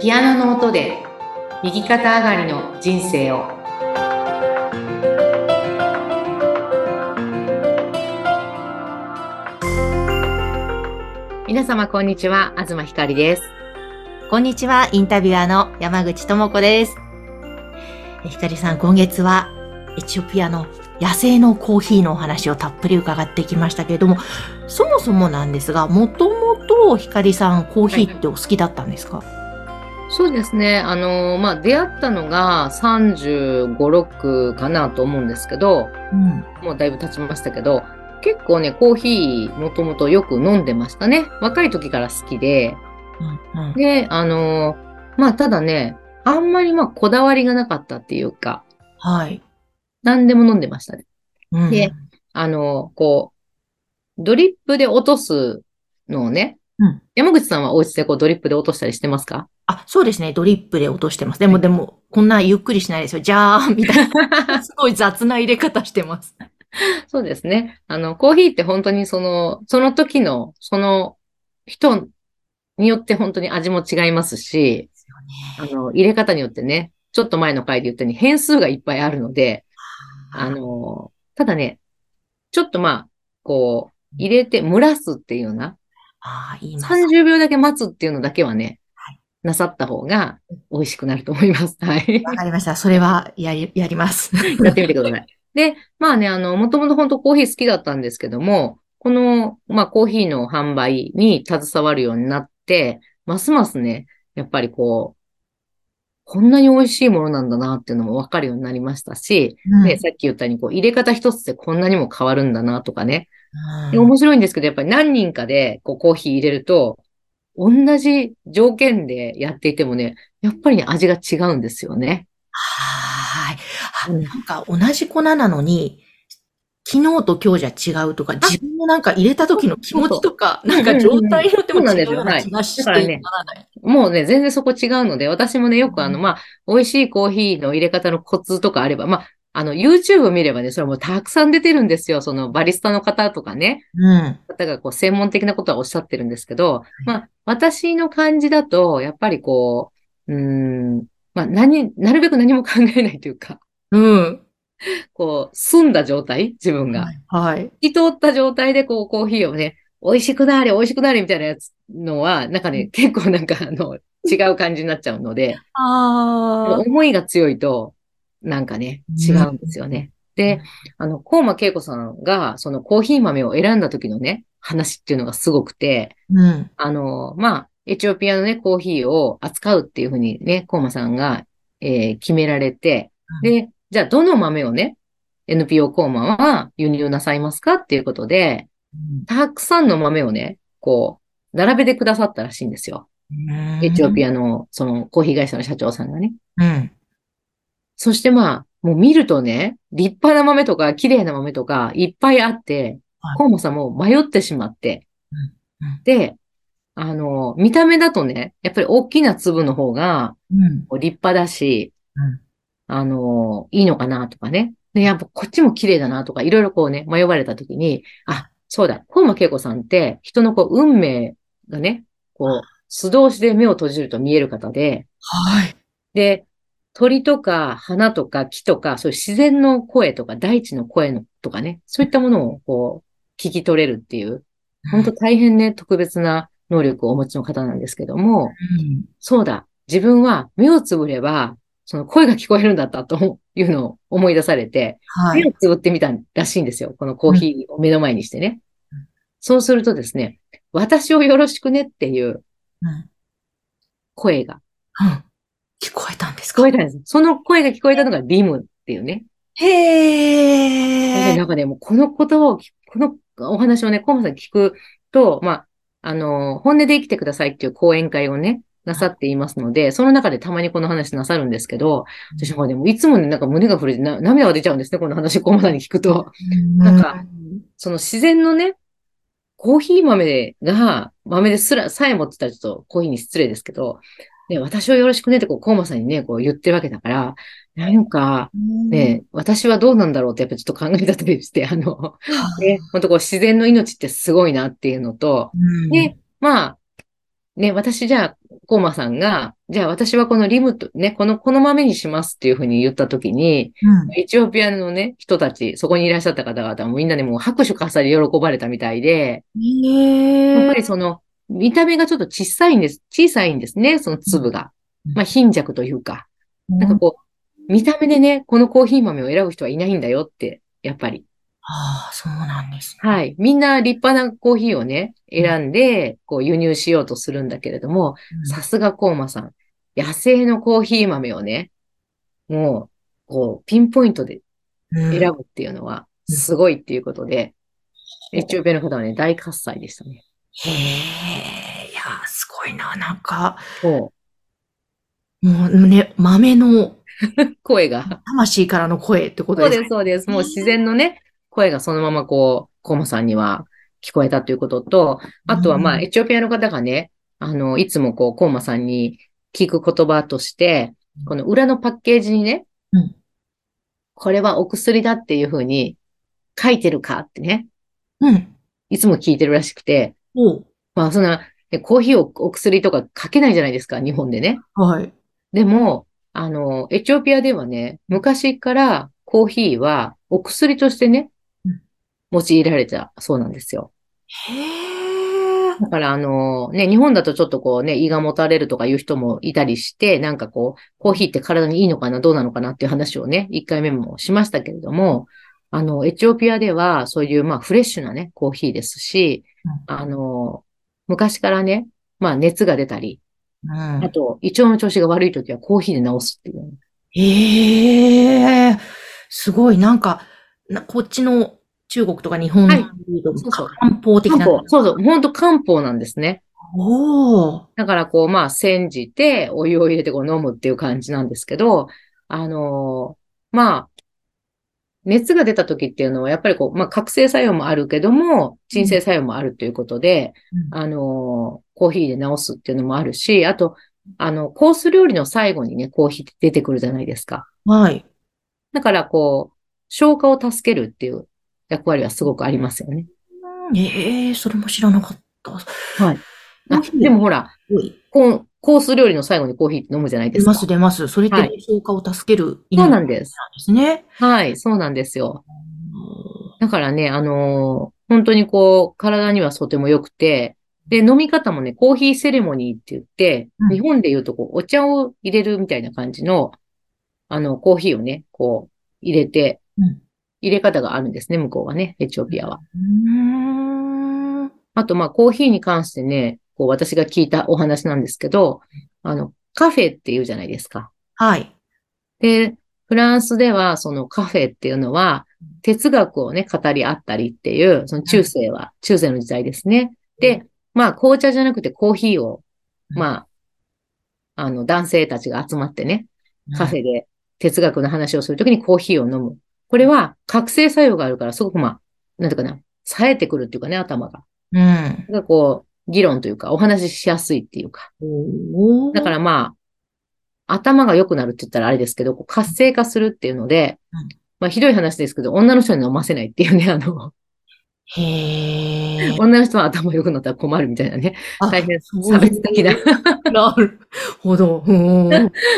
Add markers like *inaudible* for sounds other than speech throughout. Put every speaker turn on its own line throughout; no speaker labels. ピアノの音で右肩上がりの人生を皆様こんにちは東ひかりです
こんにちは、インタビュアーの山口智子です。えひかりさん、今月はエチオピアの野生のコーヒーのお話をたっぷり伺ってきましたけれども、そもそもなんですが、もともとひかりさん、コーヒーってお好きだったんですか、
そうですねあのまあ出会ったのが3 5 6かなと思うんですけど
うん。
もうだいぶ経ちましたけど結構ねコーヒーもともとよく飲んでましたね若い時から好きで
うんうん
であのまあただねあんまりまあこだわりがなかったっていうか
はい。
何でも飲んでましたね
うん
であの、こう、ドリップで落とすのをね、
うん
山口さんはお家でこうドリップで落としたりしてますか
あ、そうですね。ドリップで落としてます。でも、でも、こんなゆっくりしないですよ。じゃ *laughs* ーんみたいな。すごい雑な入れ方してます。
そうですね。あの、コーヒーって本当にその、その時の、その人によって本当に味も違いますし、あの、入れ方によってね、ちょっと前の回で言ったように変数がいっぱいあるので、あの、ただね、ちょっとまあ、こう、入れて蒸らすっていうような、
ああ、いいな。
30秒だけ待つっていうのだけはね、
はい
なさった方が美味しくなると思います。はい。
わかりました。それは、やり、やります。
やってみてください。で、まあね、あの、もともと本当コーヒー好きだったんですけども、この、まあコーヒーの販売に携わるようになって、ますますね、やっぱりこう、こんなに美味しいものなんだなっていうのもわかるようになりましたし、
うん
で、さっき言ったように、こう、入れ方一つでこんなにも変わるんだなとかね、
うん
で面白いんですけど、やっぱり何人かでこうコーヒー入れると、同じ条件でやっていてもね、やっぱりね、味が違うんですよね。
はーい。あ
うん
なんか同じ粉なのに、昨日と今日じゃ違うとか、自分のなんか入れた時の気持ちとか、なんか状態によっても
そうなん
違
で
う
すよ
ような気がして
はいだからね
ならない。
もうね、全然そこ違うので、私もね、よくあの、
うん
まあ、美味しいコーヒーの入れ方のコツとかあれば、まあ、あの、YouTube を見ればね、それもたくさん出てるんですよ。そのバリスタの方とかね、
うん。
方がこう、専門的なことはおっしゃってるんですけど、まあ、私の感じだと、やっぱりこう、うーん、まあ、何、なるべく何も考えないというか、
うん。
こう、澄んだ状態自分が。
はい。
透き通った状態で、こう、コーヒーをね、美味しくなれ、美味しくなれ、みたいなやつのは、なんかね、結構なんか、あの、違う感じになっちゃうので、
ああ。
思いが強いと、なんかね、違うんですよね。で、あの、コーマ恵子さんが、そのコーヒー豆を選んだ時のね、話っていうのがすごくて、
うん。
あの、まあ、エチオピアのね、コーヒーを扱うっていうふうにね、コーマさんが、えー決められて、で、じゃあどの豆をね、NPO コーマは輸入なさいますかっていうことで、たくさんの豆をね、こう、並べてくださったらしいんですよ。エチオピ
ア。
アの、その、コーヒー会社の社長さんがね。
うん。
そしてまあ、もう見るとね、立派な豆とか、綺麗な豆とか、いっぱいあって
は、い
コウモさんも迷ってしまって
うんうん。
で、あの、見た目だとね、やっぱり大きな粒の方が
うん。
こう立派だし
うん、
あの、いいのかなとかね。で、やっぱこっちも綺麗だなとか、いろいろこうね、迷われた時に、あ、そうだ、コウマ恵子さんって、人のこう、運命がね、こう、素通しで目を閉じると見える方で、
はい。
で、鳥とか花とか木とか、そういう自然の声とか大地の声のとかね、そういったものをこう、聞き取れるっていう、本当大変ね、特別な能力をお持ちの方なんですけども、
うん
そうだ、自分は目をつぶれば、その声が聞こえるんだったというのを思い出されて、
は
目
い。
をつぶってみたらしいんですよ。このコーヒーを目の前にしてね
うん。
そうするとですね、私をよろしくねっていう
うん
声が
うん聞こえたんです
聞
か
こえたんです。その声が聞こえたのがリムっていうね。
へ
で
え
な。んかね、もうこの言葉を聞く、このお話をね、コウモさん聞くと、まあ、あの、本音で生きてくださいっていう講演会をね、なさっていますので、その中でたまにこの話なさるんですけど、私もでもいつもね、なんか胸が震えてな涙が出ちゃうんですね、この話、コウモさんに聞くと。なんかその自然のね、コーヒー豆が、豆ですら、さえ持ってたらちょっとコーヒーに失礼ですけど、ね、私をよろしくねってこう、コウモさんにね、こう言ってるわけだから、なんか、
うん、
ね、私はどうなんだろうってやっぱちょっと考えたりして、あの、ね、本当こう自然の命ってすごいなっていうのと、
うん
で、まあ、ね、私じゃあ、コーマさんが、じゃあ私はこのリムと、ね、この、この豆にしますっていうふうに言ったときに、エチオピアのね、人たち、そこにいらっしゃった方々もみんなでもう拍手喝采で喜ばれたみたいで、
え
やっぱりその、見た目がちょっと小さいんです。小さいんですね、その粒が
うん。
まあ、貧弱というか。
な
なんかこう、見た目でね、このコーヒー豆を選ぶ人はいないんだよって、やっぱり。
ああ、そうなんですね。
はい。みんな立派なコーヒーをね、選んで、こう輸入しようとするんだけれども、さすがコーマさん。野生のコーヒー豆をね、もう、こう、ピンポイントで
うん
選ぶっていうのは、すごいっていうことで、エチオピアの方はね、大喝采でしたね。
へえ、いやー、すごいな、なんか、
そ
もうね、豆の
う。声が。
魂からの声ってこと
そう
です
です、そうです。もう自然のね、声がそのままこう、コーマさんには聞こえたということと、あとはま
う
あ、
ん
エチオピアの方がね、あの、いつもこう、コーマさんに聞く言葉として、この裏のパッケージにね、
うん
これはお薬だっていうふうに書いてるかってね、
うん。
いつも聞いてるらしくて、
おう
まあ、そんな、えコーヒーをお薬とか書けないじゃないですか、日本でね。
はい。
でも、あの、エチオピアではね、昔からコーヒーはお薬としてね
うん、
用いられたそうなんですよ。
へえ。
だから、あの、ね、日本だとちょっとこうね、胃がもたれるとかいう人もいたりして、なんかこう、コーヒーって体にいいのかな、どうなのかなっていう話をね、1回目もしましたけれども、あの、エチオピアでは、そういう、まあ、フレッシュなね、コーヒーですし
うん、
あの、昔からね、まあ、熱が出たり、
うん
あと、胃腸の調子が悪い時はコーヒーで治すっていう。
へえ、すごい、なんか、なこっちの中国とか日本
は
の
いそうそう
漢方的
漢
な。
方、そうそう、本当漢方なんですね。
おお。
だからこう、まあ、煎じて、お湯を入れてこう飲むっていう感じなんですけど、あのーまあ、熱が出た時っていうのは、やっぱりこう、まあ、覚醒作用もあるけども、鎮静作用もあるということで、
うん
あのーコーヒーで治すっていうのもあるし、あと、あの、コース料理の最後にね、コーヒーって出てくるじゃないですか。
はい。
だからこう、消化を助けるっていう役割はすごくありますよね。
ええ、それも知らなかった。
はい。あ
コーヒー
でもほら、
すごい
こうコース料理の最後にコーヒーって飲むじゃないで
出
すか。
ま
そ
す、出ます。それって
はい
消化を助ける意
うな
味なん
んです。
ですね。
はい、そうなんですよ。だからね、あのー本当にこう、体にはとても良くて、で、飲み方もね、コーヒーセレモニーって言って
うん、
日本で言うとこう、お茶を入れるみたいな感じの、あの、コーヒーをね、こう、入れて
うん、
入れ方があるんですね、向こうはね、エチオピアは。
うーん。
あと、まあ、コーヒーに関してね、こう、私が聞いたお話なんですけど、あの、カフェって言うじゃないですか。
はい。
で、フランスではそのカフェっていうのは哲学をね、語り合ったりっていう、その中世は、中世の時代ですね。で、まあ紅茶じゃなくてコーヒーを、まあ、あの男性たちが集まってね、カフ
ェ。
ェで哲学の話をするときにコーヒーを飲む。これは覚醒作用があるからすごくまあ、なんていうかな、冴えてくるっていうかね、頭が。
うん。
がこう、議論というか、お話ししやすいっていうか。
おー
だからまあ、頭が良くなるって言ったらあれですけど、こう活性化するっていうので
うん、
まあひどい話ですけど、女の人に飲ませないっていうね、あの、
へえ。
女の人は頭良くなったら困るみたいなね、
あ
大変
そ
*laughs*
う
差別的な、 *laughs*
なるほど。うん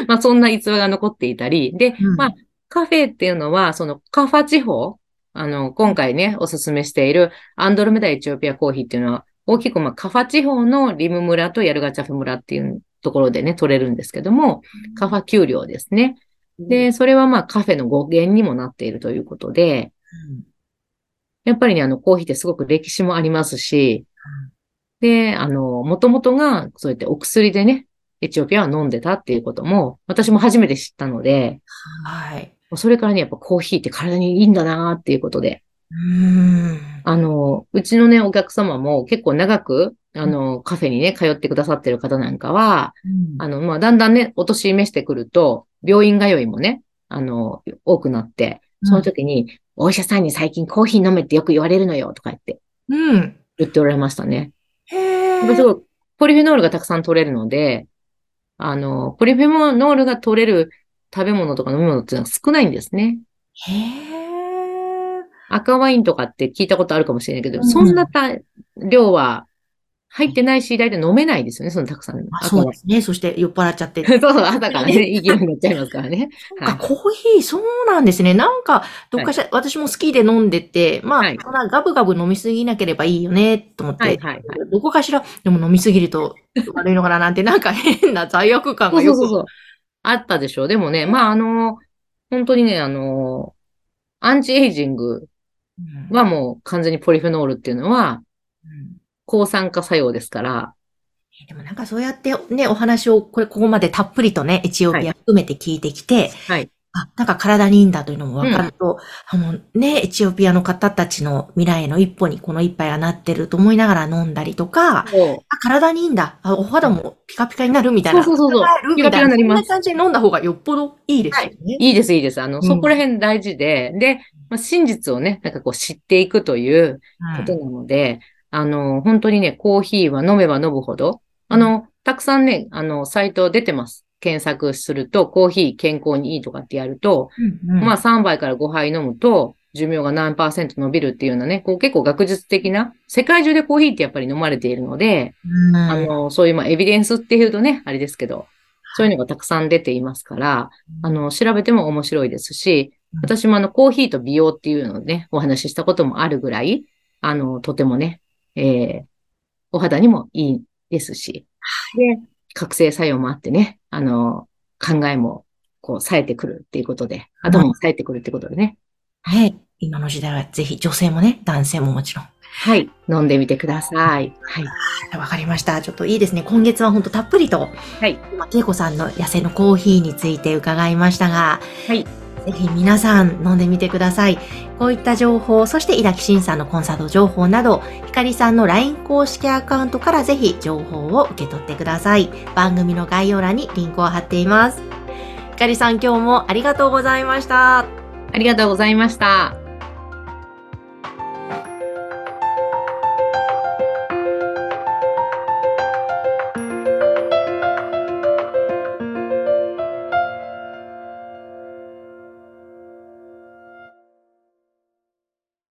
まあそんな逸話が残っていたり、で、
うん
まあカフェっていうのは、そのカファ地方、あの、今回ね、おすすめしているアンドロメダエチオピアコーヒーっていうのは、大きくまあカファ地方のリム村とヤルガチャフ村っていうところでね、取れるんですけども、カファ丘陵ですね。で、それはまあカフェの語源にもなっているということで、やっぱりね、あのコーヒーってすごく歴史もありますし、で、あの、もともとがそうやってお薬でね、エチオピアは飲んでたっていうことも、私も初めて知ったので、
はい。
それからね、やっぱコーヒーって体にいいんだなーっていうことで、
うん。
あの、うちのね、お客様も結構長く、あの、カフェにね、通ってくださってる方なんかは、あの、まあ、だんだんね、お年召してくると、病院通いもね、あの、多くなって、その時に、お医者さんに最近コーヒー飲めってよく言われるのよ、とか言って、
うん。
言っておられましたね。
へえ。
やっぱすごい、ポリフェノールがたくさん取れるので、あの、ポリフェノールが取れる食べ物とか飲み物っていうのは少ないんですね。
へえ。
赤ワインとかって聞いたことあるかもしれないけど、
うん
そんなた量は入ってないし、大体飲めないですよね、そのたくさん。
あそう
とは
ですね。そして酔っ払っちゃって。
*laughs* そうそう、朝からね、いい気分になっちゃいますからね。
なん
はい
かコーヒー、そうなんですね。なんか、どっかしら、私も好きで飲んでて、まあ、
はい
そんなガブガブ飲みすぎなければいいよね、と思って、
はいはいはい。
どこかしら、でも飲みすぎると悪いのかななんて、なんか変な罪悪感
そ
が
うそ
よ
うそう
く。
そう。あったでしょう。でもね、まあ、あの、本当にね、あの、アンチエイジング
うん
はもう完全にポリフェノールっていうのは、
うん
抗酸化作用ですから、
でもなんかそうやってね、お話を、これ、ここまでたっぷりとね、エチオピア含めて聞いてきて、
はい
あ、なんか体にいいんだというのも分かると、あもうね、エチオピアの方たちの未来への一歩にこの一杯がなってると思いながら飲んだりとか、
そ
あ、体にいいんだ。あ、お肌もピカピカになるみたいな。
そうそうそうそう
若返るみたい
ピカピカになります
そんな感じで飲んだ方がよっぽどいいですよね。
ういいです、いいです。あの、
ん
そこら辺大事で、で、まあ、真実をね、なんかこう知っていくという
うん
ことなので、あの、本当にね、コーヒーは飲めば飲むほど、あの、たくさんね、あの、サイト出てます。検索すると、コーヒー健康にいいとかってやると、
うんうん
まあ3杯から5杯飲むと寿命が何パーセント伸びるっていうようなね、こう結構学術的な、世界中でコーヒーってやっぱり飲まれているので、
うん
あの、そういうまあエビデンスっていうとね、あれですけど、そういうのがたくさん出ていますから、あの、調べても面白いですし
うん、
私もあの、コーヒーと美容っていうのをね、お話ししたこともあるぐらい、あの、とてもね、えーお肌にもいいですし、で、覚醒作用もあってね、あの、考えも、こう、冴えてくるっていうことで、頭も冴えてくるってことでね、
はい。今の時代はぜひ女性もね、男性ももちろん。
はい、飲んでみてください。はい。
はいわかりました。ちょっといいですね。今月は本当たっぷりと、
はい。
まあ、恵子さんの野生のコーヒーについて伺いましたが、
はい。
ぜひ皆さん飲んでみてください。こういった情報、そして井崎慎さんのコンサート情報など、ひかりさんの LINE 公式アカウントからぜひ情報を受け取ってください。番組の概要欄にリンクを貼っています。ひかりさん今日もありがとうございました。
ありがとうございました。